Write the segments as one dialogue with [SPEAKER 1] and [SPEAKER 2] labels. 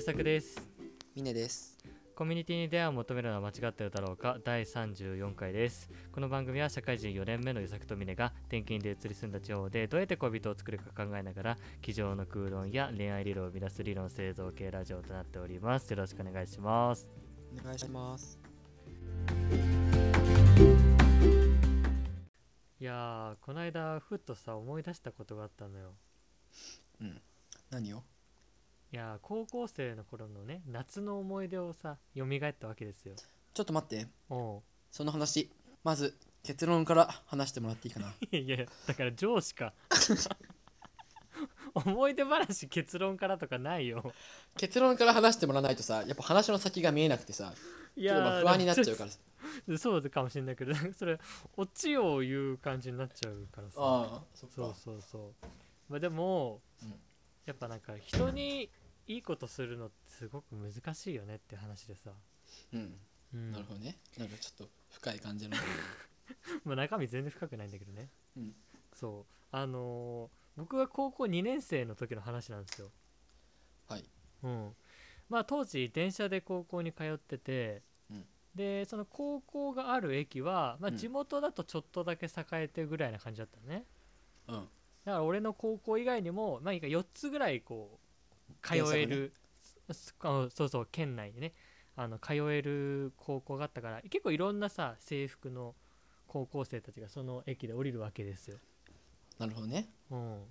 [SPEAKER 1] 作です
[SPEAKER 2] ミネです。
[SPEAKER 1] コミュニティに出会いを求めるのは間違ってるだろうか第34回ですこの番組は社会人4年目のゆさくとみねが転勤で移り住んだ地方でどうやって恋人を作るか考えながら机上の空論や恋愛理論を生み出す理論製造系ラジオとなっておりますよろしくお願いします
[SPEAKER 2] お願いします。
[SPEAKER 1] いやーこの間ふっとさ思い出したことがあったのよ
[SPEAKER 2] 何を？
[SPEAKER 1] いやー高校生の頃のね夏の思い出をさ蘇ったわけですよ
[SPEAKER 2] ちょっと待って。
[SPEAKER 1] おう
[SPEAKER 2] その話、まず結論から話してもらっていい かな。
[SPEAKER 1] いやいやだから上司か 思い出話結論からとかないよ
[SPEAKER 2] 結論から話してもらわないとさ、やっぱ話の先が見えなくてさ、
[SPEAKER 1] い
[SPEAKER 2] ちょっとまあ
[SPEAKER 1] やー
[SPEAKER 2] 不安になっちゃ うからさ。
[SPEAKER 1] らそうかもしれないけど それオチを言う感じになっちゃうからさ
[SPEAKER 2] ああ、そっ
[SPEAKER 1] そう
[SPEAKER 2] か。
[SPEAKER 1] そうそうまあでも、
[SPEAKER 2] うん
[SPEAKER 1] やっぱなんか人にいいことするのってすごく難しいよねって話でさ、
[SPEAKER 2] うん。
[SPEAKER 1] うん
[SPEAKER 2] なるほどね。なんかちょっと深い感 じの。
[SPEAKER 1] まあ、中身全然深くないんだけどね
[SPEAKER 2] うん。
[SPEAKER 1] そうあのー僕が高校2年生の時の話なんですよ
[SPEAKER 2] はい。
[SPEAKER 1] うん、まあ当時電車で高校に通ってて、
[SPEAKER 2] うん
[SPEAKER 1] でその高校がある駅は、まあ、
[SPEAKER 2] うん
[SPEAKER 1] 地元だとちょっとだけ栄えてるぐらいな感じだったのね、
[SPEAKER 2] うん。
[SPEAKER 1] だから俺の高校以外にも、まあ、いいか4つぐらいこう通
[SPEAKER 2] 電車がね
[SPEAKER 1] える、そあそうそう県内でねあの通える高校があったから結構いろんなさ制服の高校生たちがその駅で降りるわけですよ
[SPEAKER 2] なるほどね。
[SPEAKER 1] うん、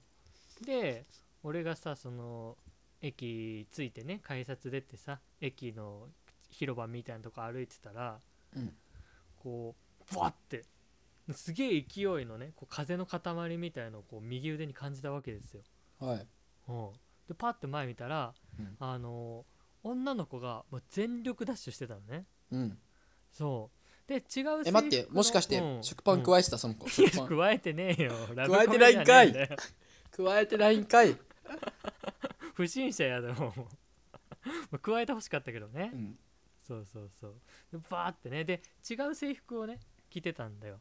[SPEAKER 1] で俺がさその駅着いてね改札出てさ駅の広場みたいなとこ歩いてたら
[SPEAKER 2] うん。
[SPEAKER 1] こうバッてすげえ勢いのねこう風の塊みたいのをこう右腕に感じたわけですよ。
[SPEAKER 2] はい。
[SPEAKER 1] うん、でパッて前見たら、
[SPEAKER 2] うん
[SPEAKER 1] あの女の子がもう全力ダッシュしてたのね。
[SPEAKER 2] うん。
[SPEAKER 1] そうで違う
[SPEAKER 2] え、待って。もしかして食パン加
[SPEAKER 1] え、
[SPEAKER 2] えてたその子。
[SPEAKER 1] うんいや
[SPEAKER 2] 食パン
[SPEAKER 1] 加えてねえよラブ
[SPEAKER 2] 加え
[SPEAKER 1] コメ
[SPEAKER 2] て
[SPEAKER 1] じゃ
[SPEAKER 2] ないん
[SPEAKER 1] ね
[SPEAKER 2] かい
[SPEAKER 1] えんだよ
[SPEAKER 2] 加えてないんかい。
[SPEAKER 1] 不審者やでも もう加えてほしかったけどね、
[SPEAKER 2] うん。
[SPEAKER 1] そうそうそうでバーってねで違う制服をね着てたんだよ、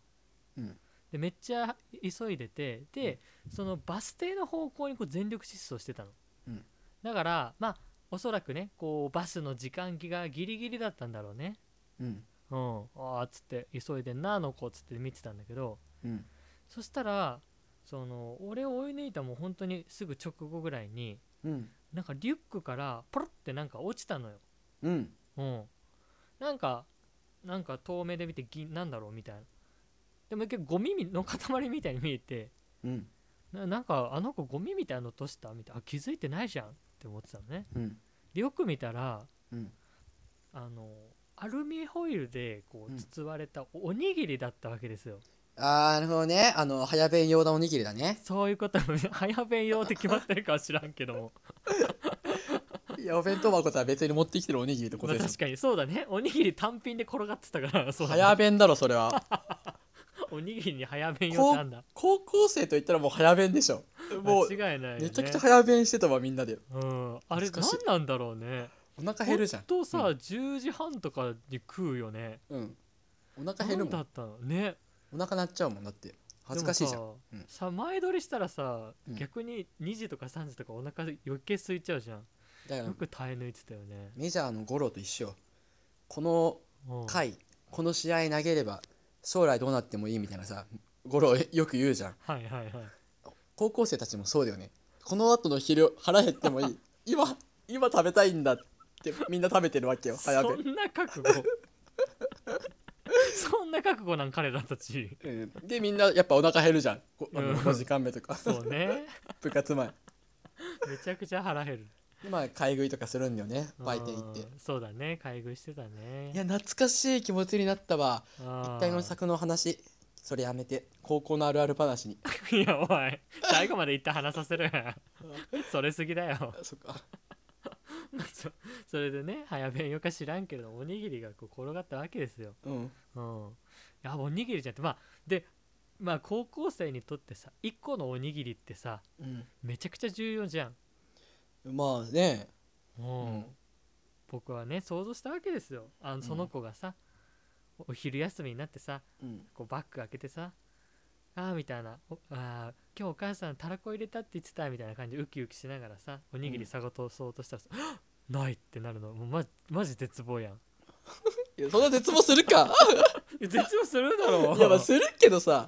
[SPEAKER 2] うん
[SPEAKER 1] でめっちゃ急いでてで、そのバス停の方向にこう全力疾走してたの、
[SPEAKER 2] うん
[SPEAKER 1] だからまあおそらくねこうバスの時間気がギリギリだったんだろうね
[SPEAKER 2] うん。
[SPEAKER 1] うんああっつって急いでんなあの子っつって見てたんだけど
[SPEAKER 2] うん。
[SPEAKER 1] そしたらその俺を追い抜いたもう本当にすぐ直後ぐらいに
[SPEAKER 2] うん。
[SPEAKER 1] なんかリュックからポロってなんか落ちたのよ。
[SPEAKER 2] うん。
[SPEAKER 1] うん。なんか、なんか遠目で見てぎ、なんだろうみたいな。でも結構ゴミみの塊みたいに見えて、
[SPEAKER 2] うん。
[SPEAKER 1] ななんかあの子ゴミみたいなの落としたみたいな。あ、気づいてないじゃんって思ってたのね。
[SPEAKER 2] うん。
[SPEAKER 1] で、よく見たら、
[SPEAKER 2] うん。
[SPEAKER 1] あの、アルミホイルでこ
[SPEAKER 2] う
[SPEAKER 1] うん包われたおおにぎりだったわけですよ。
[SPEAKER 2] ああ、なるほどね。あの、早弁用のおにぎりだね。
[SPEAKER 1] そういうこと、早弁用って決まってるかは知らんけど も。
[SPEAKER 2] いや、お弁当箱とは別に持ってきてるおにぎりってこ
[SPEAKER 1] まあ
[SPEAKER 2] とで
[SPEAKER 1] 確
[SPEAKER 2] す。
[SPEAKER 1] かにそうだね。おにぎり単品で転がってたから、そうだね
[SPEAKER 2] 早弁だろ、それは。
[SPEAKER 1] おにぎりに早弁用ってなんだ。
[SPEAKER 2] 高校生と言ったらもう早弁でしょ。もう、
[SPEAKER 1] 間違いないよ、ね。
[SPEAKER 2] めちゃくちゃ早弁してたわ、みんなで。
[SPEAKER 1] うん、あれ
[SPEAKER 2] 懐かしい
[SPEAKER 1] 何なんだろうね
[SPEAKER 2] お腹減るじゃん。
[SPEAKER 1] ほんとさ、10時半とかに食うよね
[SPEAKER 2] うん。お腹
[SPEAKER 1] 何
[SPEAKER 2] 減るも
[SPEAKER 1] だ
[SPEAKER 2] ん。
[SPEAKER 1] ったのね
[SPEAKER 2] お腹鳴っちゃうもんだって。恥ずかしいじゃ
[SPEAKER 1] で
[SPEAKER 2] ん。
[SPEAKER 1] も
[SPEAKER 2] うん
[SPEAKER 1] さ,、さ前取りしたらさ、
[SPEAKER 2] うん
[SPEAKER 1] 逆に2時とか3時とかお腹余計空いちゃうじゃん
[SPEAKER 2] だから
[SPEAKER 1] よ、く耐え抜いてたよね、
[SPEAKER 2] メジャーの五郎と一緒。この
[SPEAKER 1] うん、
[SPEAKER 2] 回、この試合投げれば、将来どうなってもいいみたいなさ、五郎よく言うじゃん。
[SPEAKER 1] はいはいはい
[SPEAKER 2] 高校生たちもそうだよねこの後の昼腹減っても いい今今食べたいんだってみんな食べてるわけよ
[SPEAKER 1] そ
[SPEAKER 2] 早弁、
[SPEAKER 1] んな覚悟 そんな覚悟なん彼らたち
[SPEAKER 2] うん、でみんなやっぱお腹減るじゃんこあ
[SPEAKER 1] うん
[SPEAKER 2] の5時間目とか
[SPEAKER 1] そうね
[SPEAKER 2] 部活前
[SPEAKER 1] めちゃくちゃ腹減 る
[SPEAKER 2] まあ買い食いとかするんだよね売店行って
[SPEAKER 1] うんそうだね買い食いしてたね
[SPEAKER 2] いや懐かしい気持ちになったわ
[SPEAKER 1] 一
[SPEAKER 2] 一体の作の話それやめて高校のあるある話 に
[SPEAKER 1] いやおい最後まで一旦話させる それすぎだよ
[SPEAKER 2] あそっか
[SPEAKER 1] そそれでね早弁よか知らんけれどおにぎりがこう転がったわけですよ、
[SPEAKER 2] うん
[SPEAKER 1] うん、いやおにぎりじゃんってまあでまあ高校生にとってさ1個のおにぎりってさ
[SPEAKER 2] う
[SPEAKER 1] めちゃくちゃ重要じゃん、
[SPEAKER 2] んまあね
[SPEAKER 1] うん
[SPEAKER 2] うん
[SPEAKER 1] 僕はね想像したわけですよあのその子がさ、おお昼休みになってさ
[SPEAKER 2] うん
[SPEAKER 1] こうバッグ開けてさあーみたいなおあー今日お母さんたらこ入れたって言ってたみたいな感じでウキウキしながらさおにぎり
[SPEAKER 2] うん
[SPEAKER 1] 探そうとしたらさ、はっないってなるのもうまマジ絶望やん
[SPEAKER 2] いやそんな絶望するか
[SPEAKER 1] え絶望するだろ
[SPEAKER 2] いやまあするけどさ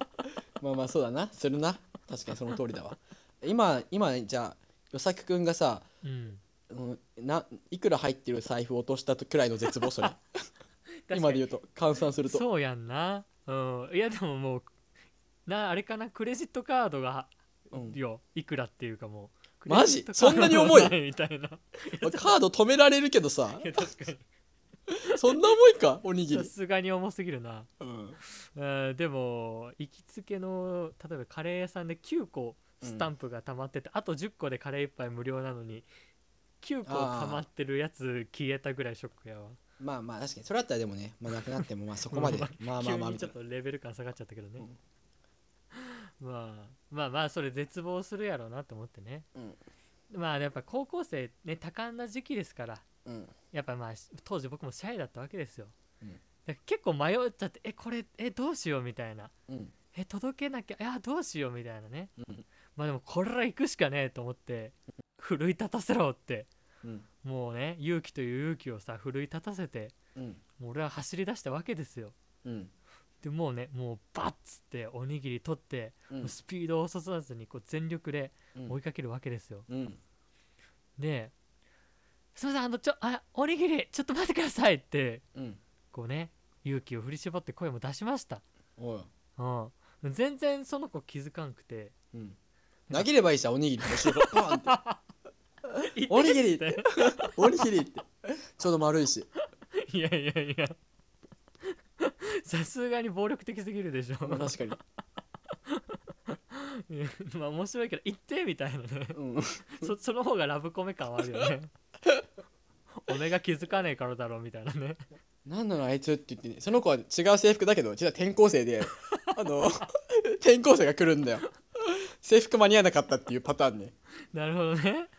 [SPEAKER 2] まあまあそうだなするな確かにその通りだわ今今じゃあ与作くんがさ
[SPEAKER 1] うん
[SPEAKER 2] うんないくら入ってる財布落としたくらいの絶望それ今で言うと換算すると
[SPEAKER 1] そうやんなうんいやでももうなあれかなクレジットカードが
[SPEAKER 2] うん
[SPEAKER 1] よいくらっていうかもうクレ
[SPEAKER 2] マジ
[SPEAKER 1] ジットカード
[SPEAKER 2] そんなに重い
[SPEAKER 1] がないみたいな
[SPEAKER 2] まあカード止められるけどさ
[SPEAKER 1] いや確かに
[SPEAKER 2] そんな重いかおにぎ
[SPEAKER 1] さ
[SPEAKER 2] り、
[SPEAKER 1] すがに重すぎるな
[SPEAKER 2] うん、
[SPEAKER 1] うんでも行きつけの例えばカレー屋さんで9個スタンプが溜まってて、あと10個でカレー一杯無料なのに9個溜まってるやつ消えたぐらいショックやわ
[SPEAKER 2] まあまあ確かにそれだったらでもね、まあ、なくなってもまあそこまで
[SPEAKER 1] まあ
[SPEAKER 2] まあまあ
[SPEAKER 1] 急
[SPEAKER 2] まあみ
[SPEAKER 1] にち
[SPEAKER 2] た
[SPEAKER 1] ょ
[SPEAKER 2] い
[SPEAKER 1] っとレベル感下がっちゃったけどね、 まあまあまあそれ絶望するやろうなと思ってね
[SPEAKER 2] な、
[SPEAKER 1] まあやっぱ高校生ね多感な時期ですから
[SPEAKER 2] うんうん、
[SPEAKER 1] やっぱまあし当時僕もシャイだったわけですよ、
[SPEAKER 2] うん
[SPEAKER 1] だから結構迷っちゃってえこれえどうしようみたいな
[SPEAKER 2] うん
[SPEAKER 1] え届けなきゃいやどうしようみたいなね、
[SPEAKER 2] うん
[SPEAKER 1] まあでもこれは行くしかねえと思って奮い立たせろって
[SPEAKER 2] うん
[SPEAKER 1] もうね勇気という勇気をさ奮い立たせて
[SPEAKER 2] うん
[SPEAKER 1] もう俺は走り出したわけですよ
[SPEAKER 2] うん
[SPEAKER 1] でもうねもうバッつっておにぎり取って、
[SPEAKER 2] うん
[SPEAKER 1] もうスピードを落とさずにこう全力で追いかけるわけですよ、
[SPEAKER 2] うん
[SPEAKER 1] で「すいませんあのちょあおにぎりちょっと待ってください」って
[SPEAKER 2] うん
[SPEAKER 1] こうね勇気を振り絞って声も出しました、
[SPEAKER 2] おい
[SPEAKER 1] うん、全然その子気づかんく て
[SPEAKER 2] うん投げればいいじゃんおにぎり後ろからパーンって
[SPEAKER 1] 「
[SPEAKER 2] おにぎり
[SPEAKER 1] 行ってきて
[SPEAKER 2] おにぎりってちょうど丸いし
[SPEAKER 1] いやいやいやさすがに暴力的すぎるでしょ
[SPEAKER 2] まあ確かに、
[SPEAKER 1] いやまあ面白いけど行ってみたいなね
[SPEAKER 2] うん、
[SPEAKER 1] そその方がラブコメ感はあるよねおめが気づかねえからだろみたいなね
[SPEAKER 2] なんなのあいつって言ってねその子は違う制服だけど実は転校生であの転校生が来るんだよ制服間に合わなかったっていうパターンね
[SPEAKER 1] なるほどね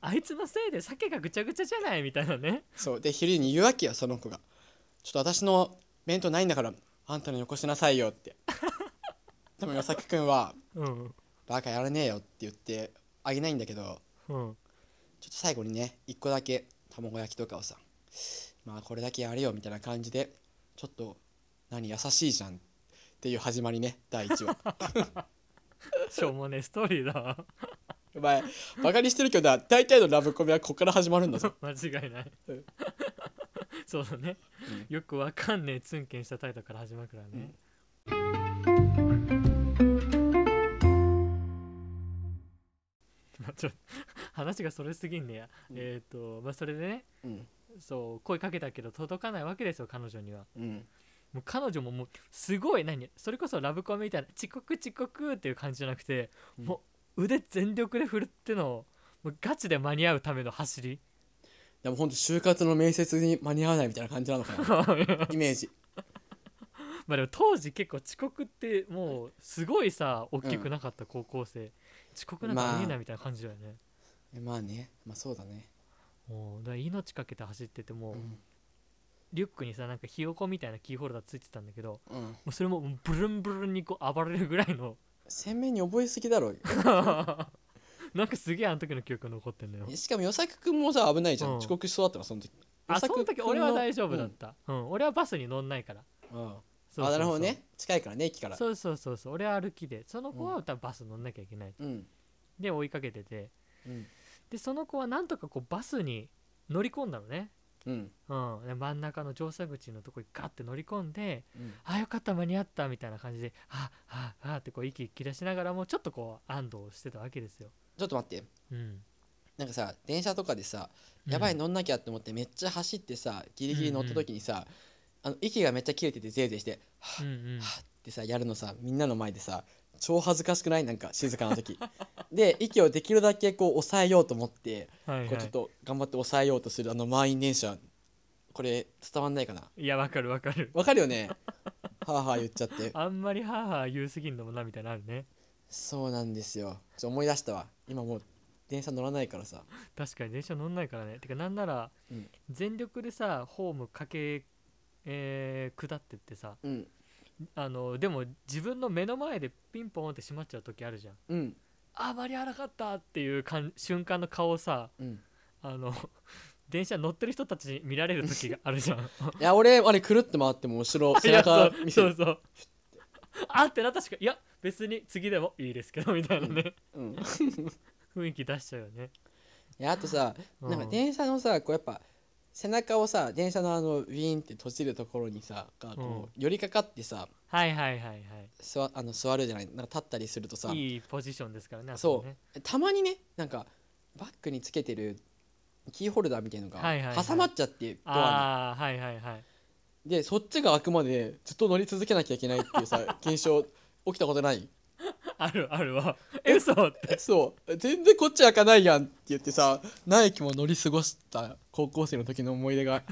[SPEAKER 1] あいつのせいで鮭がぐちゃぐちゃじゃないみたいなね
[SPEAKER 2] そうで昼に言うわけよその子が「ちょっと私の弁当ないんだからあんたのよこしなさいよ」ってでも与作君は
[SPEAKER 1] うん
[SPEAKER 2] 「バカやらねえよ」って言ってあげないんだけど
[SPEAKER 1] うん
[SPEAKER 2] ちょっと最後にね一個だけ卵焼きとかをさまあこれだけやれよみたいな感じでちょっと何優しいじゃんっていう始まりね第1話
[SPEAKER 1] しょうもねえストーリーだわ
[SPEAKER 2] お前バカにしてるけどな大体のラブコメはここから始まるんだぞ
[SPEAKER 1] 間違いない
[SPEAKER 2] うん
[SPEAKER 1] そうだね、よくわかんねえツンケンした態度から始まるからね、
[SPEAKER 2] うん
[SPEAKER 1] まあちょっと 話がそれすぎんねや、
[SPEAKER 2] うん
[SPEAKER 1] えっ、とまあそれでね
[SPEAKER 2] うん
[SPEAKER 1] そう声かけたけど届かないわけですよ彼女には
[SPEAKER 2] うん
[SPEAKER 1] もう彼女ももうすごい何それこそラブコメみたいな遅刻遅刻っていう感じじゃなくて、
[SPEAKER 2] うん
[SPEAKER 1] もう腕全力で振るってのをもうガチで間に合うための走り
[SPEAKER 2] でもほんと就活の面接に間に合わないみたいな感じな のかな
[SPEAKER 1] まあ
[SPEAKER 2] イメージ
[SPEAKER 1] でも当時結構遅刻ってもうすごいさ大きくなかった高校生、遅刻なんかありえないみたいな感じだよね、
[SPEAKER 2] まあねまあそうだね
[SPEAKER 1] もうだから命かけて走っててもう、
[SPEAKER 2] うん
[SPEAKER 1] リュックにさなんかひよこみたいなキーホルダーついてたんだけども
[SPEAKER 2] うん
[SPEAKER 1] うそれももうブルンブルンにこう暴れるぐらいの
[SPEAKER 2] 鮮明に覚えすぎだろ
[SPEAKER 1] なんかすげえあの時の記憶が残ってんだよ
[SPEAKER 2] しかも与作君もさ危ないじゃ
[SPEAKER 1] う
[SPEAKER 2] ん、
[SPEAKER 1] ん
[SPEAKER 2] 遅刻しそうだったのその時
[SPEAKER 1] あそ
[SPEAKER 2] 与作
[SPEAKER 1] の
[SPEAKER 2] 君
[SPEAKER 1] 時俺は大丈夫だった、うん俺はバスに乗んないから
[SPEAKER 2] うんあ
[SPEAKER 1] そうそうそう
[SPEAKER 2] なるほどね近いからね駅から
[SPEAKER 1] そうそうそうそう俺は歩きでその子
[SPEAKER 2] う
[SPEAKER 1] は多分バス乗んなきゃいけない、
[SPEAKER 2] うん
[SPEAKER 1] で追いかけてて
[SPEAKER 2] うん
[SPEAKER 1] でその子はなんとかこうバスに乗り込んだのね
[SPEAKER 2] うん
[SPEAKER 1] うん、で真ん中の乗車口のとこにガッて乗り込んで
[SPEAKER 2] うん
[SPEAKER 1] あよかった間に合ったみたいな感じであああってこう息切らしながらもちょっとこう安堵をしてたわけですよ、
[SPEAKER 2] ちょっと待って
[SPEAKER 1] うん、
[SPEAKER 2] なんかさ電車とかでさやばい
[SPEAKER 1] うん
[SPEAKER 2] 乗んなきゃって思ってめっちゃ走ってさギリギリ乗った時にさ、あの息がめっちゃ切れててゼーゼーして「は
[SPEAKER 1] う
[SPEAKER 2] っ
[SPEAKER 1] んうん
[SPEAKER 2] はっ」ってさやるのさみんなの前でさ超恥ずかしくないなんか静かな時 で息をできるだけこう抑えようと思って
[SPEAKER 1] はい
[SPEAKER 2] こ
[SPEAKER 1] は
[SPEAKER 2] うちょっ
[SPEAKER 1] い
[SPEAKER 2] と頑張って抑えようとするあの満員電車これ伝わんないかない
[SPEAKER 1] やわかるわかる
[SPEAKER 2] わかる よねはあはあ言っちゃって
[SPEAKER 1] あんまりはあはあ言うすぎんのもなみたいなのあるね
[SPEAKER 2] そうなんですよちょ思い出したわ今もう電車乗らないからさ
[SPEAKER 1] 確かに電車乗んないからねてかなんなら、
[SPEAKER 2] うん
[SPEAKER 1] 全力でさホーム駆け、えー下ってってさ
[SPEAKER 2] うん
[SPEAKER 1] あのでも自分の目の前でピンポンって閉まっちゃう時あるじゃん
[SPEAKER 2] うん
[SPEAKER 1] あー間に合わなかったっていうかん瞬間の顔さ
[SPEAKER 2] うん
[SPEAKER 1] あの電車乗ってる人たちに見られる時があるじ ゃん
[SPEAKER 2] いや俺あれくるって回っても後ろ背
[SPEAKER 1] い
[SPEAKER 2] 中
[SPEAKER 1] やそう
[SPEAKER 2] 見せ
[SPEAKER 1] そう
[SPEAKER 2] る
[SPEAKER 1] そうあってなったしかいや別に次でもいいですけどみたいなね、
[SPEAKER 2] うん
[SPEAKER 1] 雰囲気出しちゃうよね
[SPEAKER 2] いやあとさ
[SPEAKER 1] うん
[SPEAKER 2] なんか電車のさこうやっぱ背中をさ電車のあのウィーンって閉じるところにさがこう寄りかかってさ
[SPEAKER 1] はいはいはい
[SPEAKER 2] 座あの座るじゃないなんか立ったりするとさ
[SPEAKER 1] はいいいポジションですからねあそ
[SPEAKER 2] そ
[SPEAKER 1] こ
[SPEAKER 2] う
[SPEAKER 1] ね
[SPEAKER 2] たまにねなんかバッグにつけてるキーホルダーみたいのが
[SPEAKER 1] はいはいはい
[SPEAKER 2] 挟まっちゃってドアに、
[SPEAKER 1] ああはいはいはい
[SPEAKER 2] でそっちが開くまでずっと乗り続けなきゃいけないっていうさ現象起きたことない
[SPEAKER 1] あるあるわ え嘘って
[SPEAKER 2] えそう全然こっち開かないやんって言ってさ何駅も乗り過ごした高校生の時の思い 出が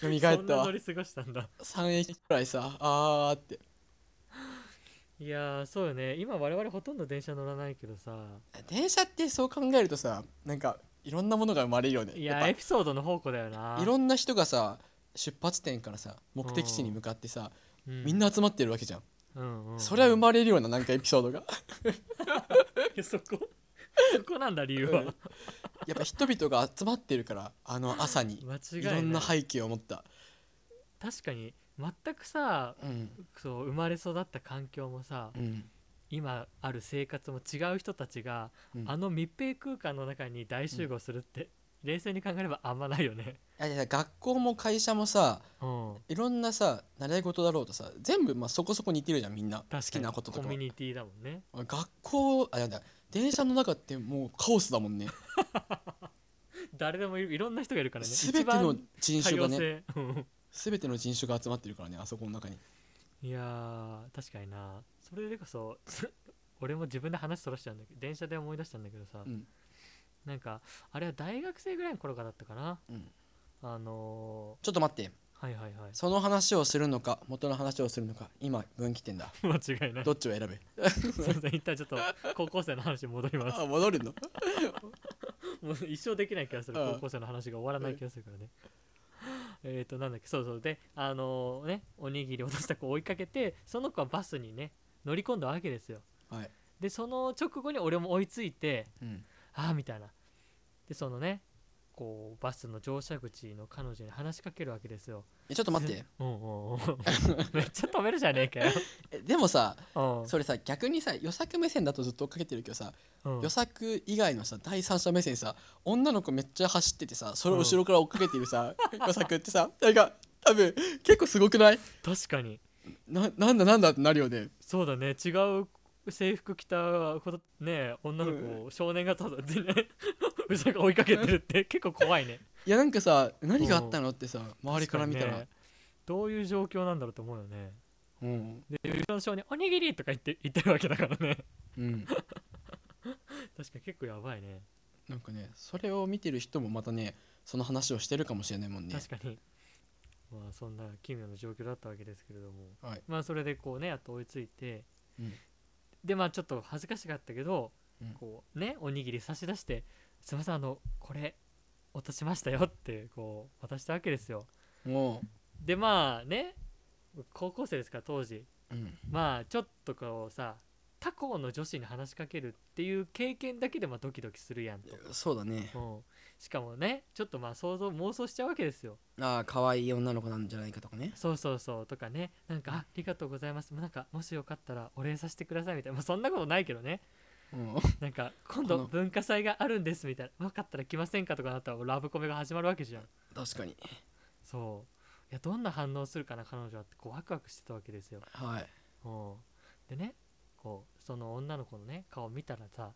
[SPEAKER 2] 蘇
[SPEAKER 1] そ
[SPEAKER 2] っ
[SPEAKER 1] ん
[SPEAKER 2] た
[SPEAKER 1] な
[SPEAKER 2] わ
[SPEAKER 1] 乗り過ごしたんだ
[SPEAKER 2] 3駅くらいさあーって
[SPEAKER 1] いやーそうよね今我々ほとんど電車乗らないけどさ
[SPEAKER 2] 電車ってそう考えるとさなんかいろんなものが生まれるよね
[SPEAKER 1] い
[SPEAKER 2] っ
[SPEAKER 1] や
[SPEAKER 2] ぱ
[SPEAKER 1] エピソードの宝庫だよない
[SPEAKER 2] ろんな人がさ出発点からさ目的地に向かってさ、みん、な集まってるわけじゃん、
[SPEAKER 1] うんうんうん
[SPEAKER 2] それは生まれるようななんかエピソード が
[SPEAKER 1] いや そこそこなんだ理由は、
[SPEAKER 2] うんやっぱ人々が集まってるからあの朝に
[SPEAKER 1] 間違
[SPEAKER 2] い
[SPEAKER 1] いない
[SPEAKER 2] ろんな背景を持った、
[SPEAKER 1] 確かに全くさ
[SPEAKER 2] うん
[SPEAKER 1] そう生まれ育った環境もさ
[SPEAKER 2] うん
[SPEAKER 1] 今ある生活も違う人たちが、
[SPEAKER 2] うん
[SPEAKER 1] あの密閉空間の中に大集合するって、冷静に考えればあんまないよね。
[SPEAKER 2] だってさ学校も会社もさ
[SPEAKER 1] うん、
[SPEAKER 2] いろんなさ習い事だろうとさ全部まあそこそこ似てるじゃんみんな好
[SPEAKER 1] 確か
[SPEAKER 2] き
[SPEAKER 1] に
[SPEAKER 2] なことと
[SPEAKER 1] コ
[SPEAKER 2] か
[SPEAKER 1] ミュニティだもんね。
[SPEAKER 2] 学校あなんだ電車の中ってもうカオスだもんね
[SPEAKER 1] 誰でもいるいろんな人がいるからね。
[SPEAKER 2] 全ての人
[SPEAKER 1] 一番多様
[SPEAKER 2] 種がね
[SPEAKER 1] 性。うん
[SPEAKER 2] 全ての人種が集まってるからねあそこの中に
[SPEAKER 1] いやー確かになそれでこそ 俺も自分で話そらしちゃうんだけど電車で思い出したんだけどさ、
[SPEAKER 2] うん
[SPEAKER 1] なんかあれは大学生ぐらいの頃からだったかな
[SPEAKER 2] うん
[SPEAKER 1] あの
[SPEAKER 2] ちょっと待って
[SPEAKER 1] ー、はいはいは
[SPEAKER 2] その話をするのか元の話をするのか今分岐点だ
[SPEAKER 1] い間違いない
[SPEAKER 2] どっちを選 べ
[SPEAKER 1] すいません一旦ちょっと高校生の話に戻ります
[SPEAKER 2] あ戻るの
[SPEAKER 1] もう一生できない気がする
[SPEAKER 2] うん
[SPEAKER 1] 高校生の話が終わらない気がするからね えっとなんだっけそうそうであのねおにぎり落とした子を追いかけてその子はバスにね乗り込んだわけですよ
[SPEAKER 2] はい、
[SPEAKER 1] でその直後に俺も追いついて
[SPEAKER 2] うん、
[SPEAKER 1] ああみたいなでそのねこうバスの乗車口の彼女に話しかけるわけですよ
[SPEAKER 2] えちょっと待って
[SPEAKER 1] うんうんうん めっちゃ止めるじゃねえか よ
[SPEAKER 2] えでもさ
[SPEAKER 1] うん
[SPEAKER 2] それさ逆にさ予策目線だとずっと追っかけてるけどさ、
[SPEAKER 1] うん
[SPEAKER 2] 予策以外のさ第三者目線さ女の子めっちゃ走っててさそれを後ろから追っかけているさ、 予策ってさなんか多分結構すごくない
[SPEAKER 1] 確かに
[SPEAKER 2] ななんだなんだってなるよね
[SPEAKER 1] そうだね違う制服着たことね女の子を、少年がただでね 後ろから追いかけてるって結構怖いね
[SPEAKER 2] いやなんかさ何があったのってさ 周りから見た
[SPEAKER 1] 確
[SPEAKER 2] ら、
[SPEAKER 1] にねどういう状況なんだろうと思うよね
[SPEAKER 2] うん
[SPEAKER 1] で後ろの少年「おにぎり!」とか言って言ってるわけだからね
[SPEAKER 2] うん
[SPEAKER 1] 確かに結構やばいね
[SPEAKER 2] なんかねそれを見てる人もまたねその話をしてるかもしれないもんね
[SPEAKER 1] 確かにまあそんな奇妙な状況だったわけですけれども、
[SPEAKER 2] はい
[SPEAKER 1] まあそれでこうねあと追いついて、
[SPEAKER 2] うん
[SPEAKER 1] でまあちょっと恥ずかしかったけど、
[SPEAKER 2] うん
[SPEAKER 1] こうねおにぎり差し出して「すいませんあのこれ落としましたよ」ってこう渡したわけですよ
[SPEAKER 2] も
[SPEAKER 1] でまあね高校生ですから当時
[SPEAKER 2] う、うん、
[SPEAKER 1] まあちょっとこうさ他校の女子に話しかけるっていう経験だけでまあドキドキするやんと、
[SPEAKER 2] そうだね
[SPEAKER 1] うん、しかもねちょっとまあ想像妄想しちゃうわけですよ
[SPEAKER 2] ああ可愛い女の子なんじゃないかとかね
[SPEAKER 1] そうそうそうとかねなんかあありがとうございますなんかもしよかったらお礼させてくださいみたいな、まあ、そんなことないけどね
[SPEAKER 2] うん
[SPEAKER 1] なんか今
[SPEAKER 2] こ
[SPEAKER 1] 度
[SPEAKER 2] の
[SPEAKER 1] 文化祭があるんですみたいな分かったら来ませんかとかなったらラブコメが始まるわけじゃん
[SPEAKER 2] 確かに
[SPEAKER 1] そういやどんな反応するかな彼女はってこうワクワクしてたわけですよ
[SPEAKER 2] はい
[SPEAKER 1] うんでねこうその女の子のね顔見たらさ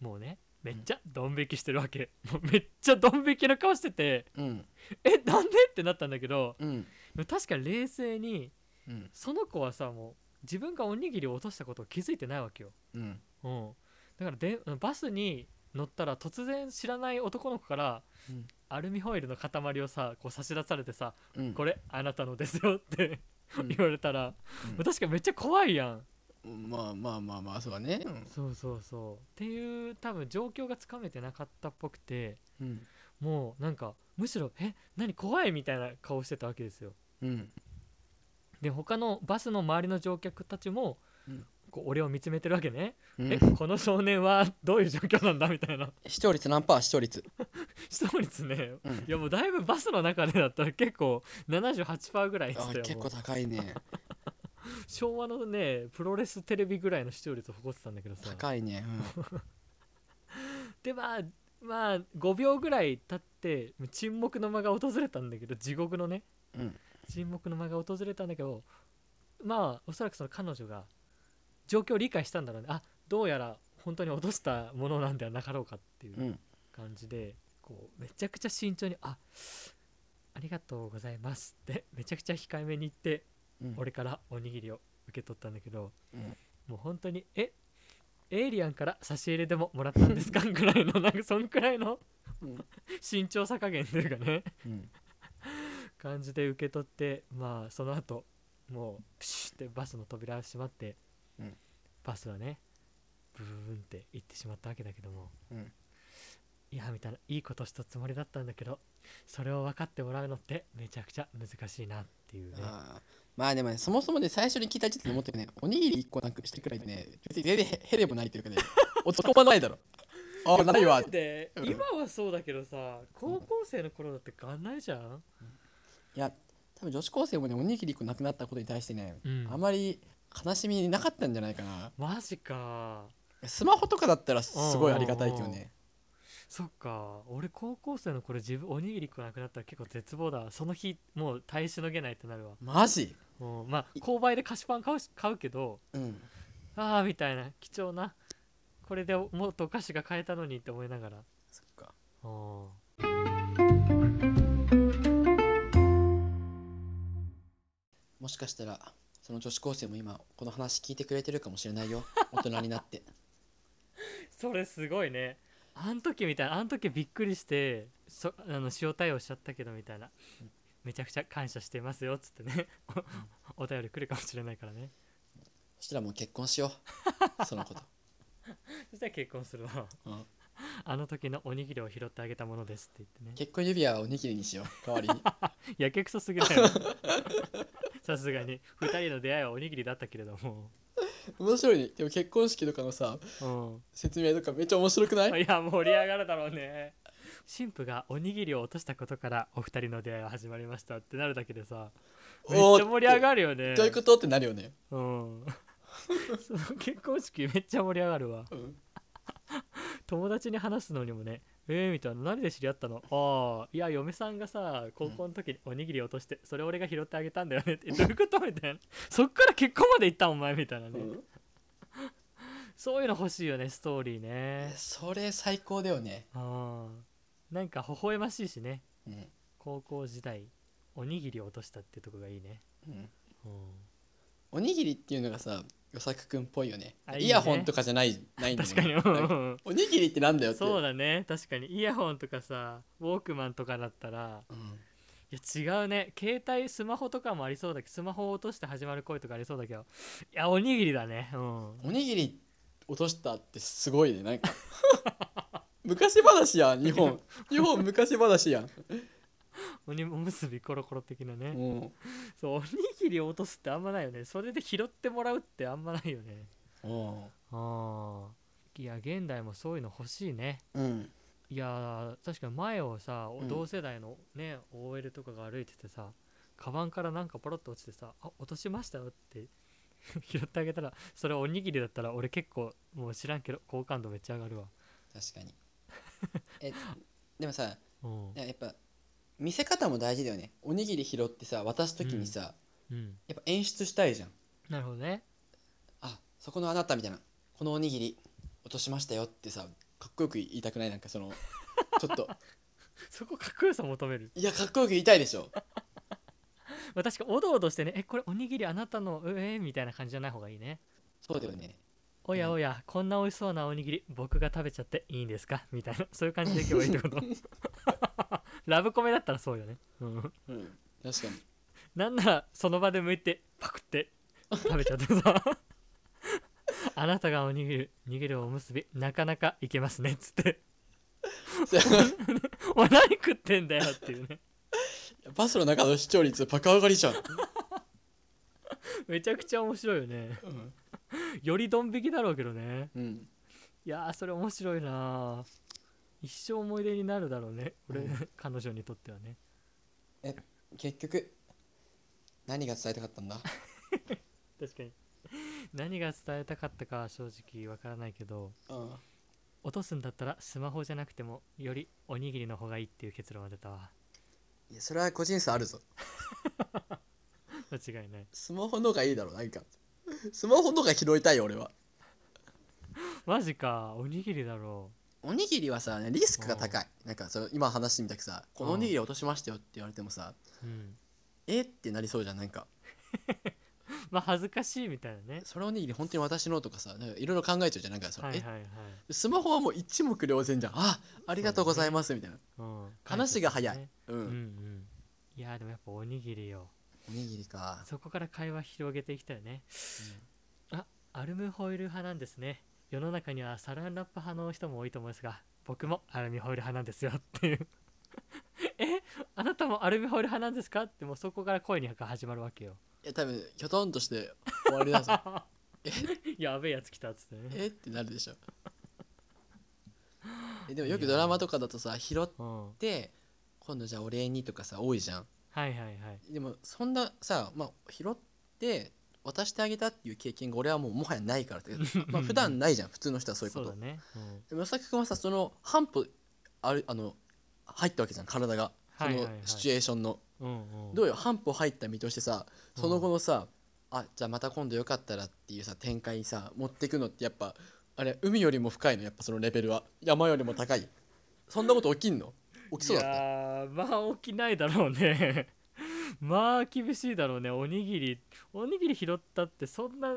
[SPEAKER 1] もうねめっちゃドン引きしてるわけ、もうめっちゃドン引きの顔してて
[SPEAKER 2] うん
[SPEAKER 1] えなんでってなったんだけど
[SPEAKER 2] うん
[SPEAKER 1] でも確かに冷静に
[SPEAKER 2] うん
[SPEAKER 1] その子はさもう自分がおにぎりを落としたことを気づいてないわけよ、
[SPEAKER 2] うん
[SPEAKER 1] うん、だからでバスに乗ったら突然知らない男の子から、
[SPEAKER 2] うん
[SPEAKER 1] アルミホイルの塊をさこう差し出されてさ「
[SPEAKER 2] うん
[SPEAKER 1] これあなたのですよ」って
[SPEAKER 2] うん
[SPEAKER 1] 言われたら、
[SPEAKER 2] うん
[SPEAKER 1] 確かにめっちゃ怖いやん、
[SPEAKER 2] まあまあまあまあそうだね
[SPEAKER 1] そうそうそうっていう多分状況がつかめてなかったっぽくて
[SPEAKER 2] うん
[SPEAKER 1] もうなんかむしろ「え何怖い?」みたいな顔してたわけですよ
[SPEAKER 2] うん
[SPEAKER 1] で他のバスの周りの乗客たちも、
[SPEAKER 2] うん
[SPEAKER 1] こう俺を見つめてるわけね、
[SPEAKER 2] うん
[SPEAKER 1] えこの少年はどういう状況なんだみたいな
[SPEAKER 2] 視聴率何パー視聴率
[SPEAKER 1] 視聴率ね
[SPEAKER 2] うん
[SPEAKER 1] いやもうだいぶバスの中でだったら結構78%ぐらいで
[SPEAKER 2] あ
[SPEAKER 1] したよ
[SPEAKER 2] 結
[SPEAKER 1] も
[SPEAKER 2] 構
[SPEAKER 1] う
[SPEAKER 2] 高い ね
[SPEAKER 1] 昭和のねプロレステレビぐらいの視聴率を誇ってたんだけどさ
[SPEAKER 2] 高いね、うん
[SPEAKER 1] でまあまあ5秒ぐらい経って沈黙の間が訪れたんだけど地獄のね、
[SPEAKER 2] うん
[SPEAKER 1] 沈黙の間が訪れたんだけどまあおそらくその彼女が状況を理解したんだろうねあどうやら本当に落としたものなんではなかろうかっていう
[SPEAKER 2] うん
[SPEAKER 1] 感じで、こうめちゃくちゃ慎重に「あありがとうございます」ってめちゃくちゃ控えめに言って
[SPEAKER 2] うん、
[SPEAKER 1] 俺からおにぎりを受け取ったんだけど、
[SPEAKER 2] うん
[SPEAKER 1] もう本当に「えエイリアンから差し入れでももらったんですか? 」ぐらいのなんかそんくらいの
[SPEAKER 2] うん
[SPEAKER 1] 慎重さ加減というかね
[SPEAKER 2] うん
[SPEAKER 1] 感じで受け取ってまあその後もうプシュってバスの扉が閉まって、
[SPEAKER 2] うん
[SPEAKER 1] バスはねブーンって行ってしまったわけだけども
[SPEAKER 2] うん
[SPEAKER 1] いやみたいないいことしたつもりだったんだけどそれを分かってもらうのってめちゃくちゃ難しいなっていうね
[SPEAKER 2] あーまあでもねそもそもね最初に聞いた時点で思ったよねおにぎり1個なくしてくらいでね別に全然へれもないという かね男まないだろあ ないわい
[SPEAKER 1] で
[SPEAKER 2] うん
[SPEAKER 1] 今はそうだけどさ高校生の頃だってがんないじゃん
[SPEAKER 2] や多分女子高生もねおにぎり1個なくなったことに対してね、
[SPEAKER 1] うん
[SPEAKER 2] あまり悲しみなかったんじゃないかな
[SPEAKER 1] マジか
[SPEAKER 2] スマホとかだったらすごいありがたいけどね
[SPEAKER 1] そっか俺高校生の頃自分おにぎり食わなくなったら結構絶望だその日もう大しのげないってなるわ
[SPEAKER 2] マジ
[SPEAKER 1] うんまあ購買で菓子パン買うし買うけど
[SPEAKER 2] うん
[SPEAKER 1] ああみたいな貴重なこれでもっとお菓子が買えたのにって思いながら
[SPEAKER 2] そっか
[SPEAKER 1] うん
[SPEAKER 2] もしかしたらその女子高生も今この話聞いてくれてるかもしれ ないよ大人になって
[SPEAKER 1] それすごいねあん時みたいなあん時びっくりしてそあの塩対応しちゃったけどみたいなめちゃくちゃ感謝してますよっつってねおお便り来るかもしれないからね
[SPEAKER 2] そしたらもう結婚しようそのこと、
[SPEAKER 1] そしたら結婚するわ
[SPEAKER 2] うん、
[SPEAKER 1] あの時のおにぎりを拾ってあげたものですって言ってね
[SPEAKER 2] 結婚指輪はおにぎりにしよう代わりに
[SPEAKER 1] やけくそすぎない さすがに2人の出会いはおにぎりだったけれども
[SPEAKER 2] 面白いねでも結婚式とかのさ
[SPEAKER 1] うん
[SPEAKER 2] 説明とかめっちゃ面白くない
[SPEAKER 1] いや盛り上がるだろうね新婦がおにぎりを落としたことからお二人の出会いは始まりましたってなるだけでさめっ
[SPEAKER 2] おー
[SPEAKER 1] ちゃ盛り上がるよね
[SPEAKER 2] どういうことってなるよね、
[SPEAKER 1] うん その結婚式めっちゃ盛り上がるわ
[SPEAKER 2] うん、
[SPEAKER 1] 友達に話すのにもねえー、みたいな何で知り合ったのああいや嫁さんがさ高校の時におにぎり落としてそれ俺が拾ってあげたんだよねってどういうことみたいなそっから結婚まで行ったんお前みたいなね、そういうの欲しいよねストーリーね
[SPEAKER 2] それ最高だよね、
[SPEAKER 1] あーなんか微笑ましいしね
[SPEAKER 2] うん
[SPEAKER 1] 高校時代おにぎりを落としたってとこがいいね、
[SPEAKER 2] うん、
[SPEAKER 1] うん、
[SPEAKER 2] おにぎりっていうのがさ与作くんっぽいよね
[SPEAKER 1] あいいね
[SPEAKER 2] イヤホンとかじゃないないんだよ
[SPEAKER 1] 確かに
[SPEAKER 2] ねなんかおにぎりってなんだよって
[SPEAKER 1] そうだね確かにイヤホンとかさウォークマンとかだったら
[SPEAKER 2] うん
[SPEAKER 1] いや違うね携帯スマホとかもありそうだけどスマホを落として始まる声とかありそうだけどいやおにぎりだねうん
[SPEAKER 2] おにぎり落としたってすごいねなんか 昔話やん日本日本昔 話やん
[SPEAKER 1] おにおむすびコロコロ的なね、
[SPEAKER 2] も
[SPEAKER 1] そうおにぎりを落とすってあんまないよねそれで拾ってもらうってあんまないよね
[SPEAKER 2] うも
[SPEAKER 1] あーいや現代もそういうの欲しいね
[SPEAKER 2] ううん
[SPEAKER 1] いやー確かに前をさ、お
[SPEAKER 2] うん
[SPEAKER 1] 同世代のね OL とかが歩いててさカバンからなんかポロッと落ちてさ「あ落としましたよ」って 拾ってあげたらそれおにぎりだったら俺結構もう知らんけど好感度めっちゃ上がるわ
[SPEAKER 2] 確かにえでもさ
[SPEAKER 1] うん
[SPEAKER 2] やっぱ見せ方も大事だよねおにぎり拾ってさ渡す時にさ、
[SPEAKER 1] うん
[SPEAKER 2] やっぱ演出したいじゃん
[SPEAKER 1] なるほどね
[SPEAKER 2] あそこのあなたみたいなこのおにぎり落としましたよってさかっこよく言いたくないなんかそのちょっと
[SPEAKER 1] そこかっこよさ求める、
[SPEAKER 2] いやかっこよく言いたいでしょ
[SPEAKER 1] まあ、確かおどおどしてね「えこれおにぎりあなたのえーみたいな感じじゃない方がいいね
[SPEAKER 2] そうだよね
[SPEAKER 1] おやおや、こんな美味しそうなおにぎり僕が食べちゃっていいんですかみたいなそういう感じでいけばいいってことラブコメだったらそうよね、うん、
[SPEAKER 2] うん確かに
[SPEAKER 1] なんならその場で剥いてパクって食べちゃってさ あなたがおにぎり握るおむすびなかなかいけますねっつってお前何食ってんだよっていうね
[SPEAKER 2] バスの中の視聴率バカ上がりじゃん、
[SPEAKER 1] めちゃくちゃ面白いよね
[SPEAKER 2] うん、
[SPEAKER 1] よりドン引きだろうけどね
[SPEAKER 2] うん
[SPEAKER 1] いやーそれ面白いなー一生思い出になるだろうね俺、
[SPEAKER 2] う
[SPEAKER 1] 彼女にとってはね
[SPEAKER 2] 結局何が伝えたかったんだ
[SPEAKER 1] 確かに何が伝えたかったかは正直わからないけど
[SPEAKER 2] うん
[SPEAKER 1] 落とすんだったらスマホじゃなくてもよりおにぎりの方がいいっていう結論が出たわ
[SPEAKER 2] いやそれは個人差あるぞ
[SPEAKER 1] 間違いない
[SPEAKER 2] スマホのがいいだろなんかスマホのが拾いたいよ俺は
[SPEAKER 1] マジかおにぎりだろ
[SPEAKER 2] おにぎりはさリスクが高いなんかその今話してみたくさ「このおにぎり落としましたよ」って言われてもさ
[SPEAKER 1] ううん
[SPEAKER 2] 「えっ?」てなりそうじゃんなんか
[SPEAKER 1] まあ恥ずかしいみたいなね
[SPEAKER 2] それおにぎり本当に私のとかさなんかいろいろ考えちゃうじゃんなんかその、
[SPEAKER 1] はい
[SPEAKER 2] え
[SPEAKER 1] はいはい、
[SPEAKER 2] スマホはもう一目瞭然じゃんあありがとうございますみたいな、
[SPEAKER 1] うん、
[SPEAKER 2] 話が早い、
[SPEAKER 1] 解決
[SPEAKER 2] うん、
[SPEAKER 1] ですねうんうんいやーでもやっぱおにぎりよ
[SPEAKER 2] おにぎりか
[SPEAKER 1] そこから会話広げていきたいね、あアルムホイル派なんですね世の中にはサランラップ派の人も多いと思いますが僕もアルミホイル派なんですよっていう えあなたもアルミホイル派なんですかってもうそこから声に始まるわけよ
[SPEAKER 2] いや多分きょとんとして終わ りだぞ
[SPEAKER 1] やべえやつ来たっつってね
[SPEAKER 2] えってなるでしょえでもよくドラマとかだとさ拾っ
[SPEAKER 1] うん
[SPEAKER 2] て今度じゃあお礼にとかさ多いじゃん
[SPEAKER 1] はいはいはい
[SPEAKER 2] でもそんなさ、まあ、拾って渡してあげたっていう経験が俺はもうもはやないからって まあ普段ないじゃん普通の人はそういうこ
[SPEAKER 1] そう
[SPEAKER 2] と
[SPEAKER 1] だね、うん
[SPEAKER 2] でもさく君はさその半歩あるあの入ったわけじゃん体がそ
[SPEAKER 1] はい
[SPEAKER 2] の
[SPEAKER 1] はいはい
[SPEAKER 2] シチュエーションの、
[SPEAKER 1] うんうん、
[SPEAKER 2] どうよ半歩入った身としてさ
[SPEAKER 1] うん
[SPEAKER 2] その後のさ、あじゃあまた今度よかったらっていうさ展開にさ持ってくのってやっぱあれ海よりも深いのやっぱそのレベルは山よりも高いそんなこと起きんの起きそうだっ
[SPEAKER 1] いや
[SPEAKER 2] た
[SPEAKER 1] ーまあ起きないだろうね まあ厳しいだろうねおにぎりおにぎり拾ったってそんな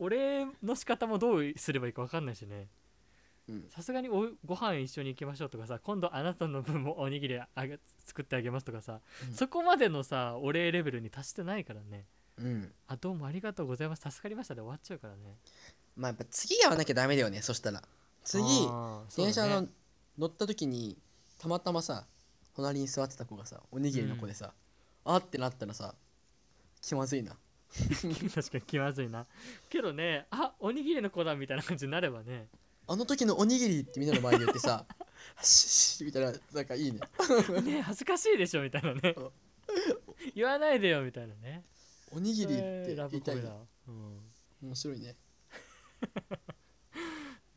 [SPEAKER 1] 俺の仕方もどうすればいいか分かんないしね
[SPEAKER 2] うん
[SPEAKER 1] さすがにおご飯一緒に行きましょうとかさ今度あなたの分もおにぎりあげ作ってあげますとかさ、
[SPEAKER 2] うん
[SPEAKER 1] そこまでのさお礼レベルに達してないからね
[SPEAKER 2] うん
[SPEAKER 1] あどうもありがとうございます助かりましたで終わっちゃうからね
[SPEAKER 2] まあやっぱ次やらなきゃダメだよねそしたら次
[SPEAKER 1] あー
[SPEAKER 2] 電車
[SPEAKER 1] そうだ
[SPEAKER 2] の
[SPEAKER 1] ね
[SPEAKER 2] 乗った時にたまたまさ隣に座ってた子がさおにぎりの子でさ、あってなったらさ気まずいな
[SPEAKER 1] 確かに気まずいなけどねあおにぎりの子だみたいな感じになればね
[SPEAKER 2] あの時のおにぎりってみんなの前で言って さシッシッみたいななんかいいね
[SPEAKER 1] ねえ恥ずかしいでしょみたいなね
[SPEAKER 2] うん
[SPEAKER 1] 言わないでよみたいなね
[SPEAKER 2] おにぎりって
[SPEAKER 1] えーラ
[SPEAKER 2] 言
[SPEAKER 1] ブ
[SPEAKER 2] いた
[SPEAKER 1] コ
[SPEAKER 2] い
[SPEAKER 1] メ
[SPEAKER 2] な
[SPEAKER 1] だ、うん、
[SPEAKER 2] 面白いね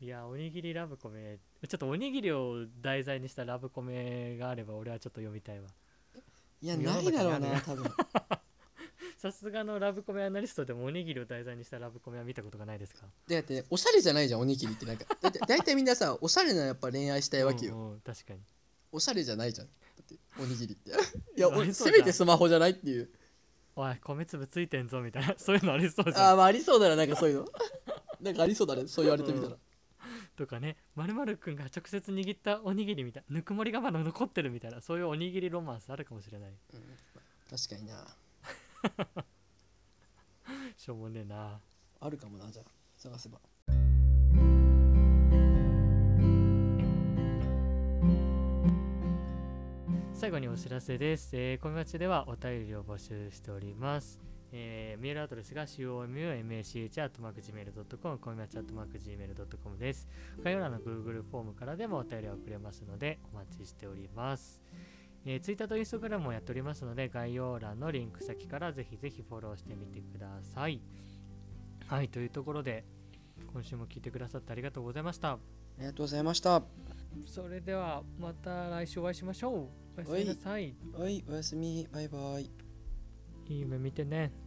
[SPEAKER 1] いやおにぎりラブコメちょっとおにぎりを題材にしたラブコメがあれば俺はちょっと読みたいわ
[SPEAKER 2] いや
[SPEAKER 1] 世の
[SPEAKER 2] な
[SPEAKER 1] 中
[SPEAKER 2] いだろ
[SPEAKER 1] にあ
[SPEAKER 2] う
[SPEAKER 1] る
[SPEAKER 2] な
[SPEAKER 1] ね
[SPEAKER 2] 多分
[SPEAKER 1] さすがのラブコメアナリストでもおにぎりを題材にしたラブコメは見たことがないですか
[SPEAKER 2] だって、おしゃれじゃないじゃんおにぎりってなんかだって大体みんなさおしゃれなやっぱ恋愛したいわけよ、
[SPEAKER 1] うんうん確かに
[SPEAKER 2] おしゃれじゃないじゃんだっておにぎ りっていや
[SPEAKER 1] あ
[SPEAKER 2] 俺
[SPEAKER 1] りそう
[SPEAKER 2] せ
[SPEAKER 1] じゃん
[SPEAKER 2] めてスマホじゃないっていう
[SPEAKER 1] おい米粒ついてんぞみたいな そういうのありそうじゃ
[SPEAKER 2] あー
[SPEAKER 1] ん
[SPEAKER 2] まあありそうだななんかそ ういうのなんかありそうだねそう言われてみたら、
[SPEAKER 1] うんとかねまるくんが直接握ったおにぎりみたいなぬくもりがまだ残ってるみたいなそういうおにぎりロマンスあるかもしれない
[SPEAKER 2] 確かにな
[SPEAKER 1] しょうもねえな
[SPEAKER 2] あるかもなじゃあ探せば
[SPEAKER 1] 最後にお知らせです。えー、コミマチではお便りを募集しております。えーメールアドレスが comumach.gmail.com、コミマチ .gmail.com です。概要欄の Google フォームからでもお便りを送れますので、お待ちしております。えー、Twitter と Instagram もやっておりますので、概要欄のリンク先からぜひぜひフォローしてみてください。はい、というところで、今週も聞いてくださってありがとうございました。
[SPEAKER 2] ありがとうございました
[SPEAKER 1] それでは、また来週お会いしましょう。おやすみなさい。
[SPEAKER 2] はいおやすみバイバ
[SPEAKER 1] い
[SPEAKER 2] イ
[SPEAKER 1] い夢見てね。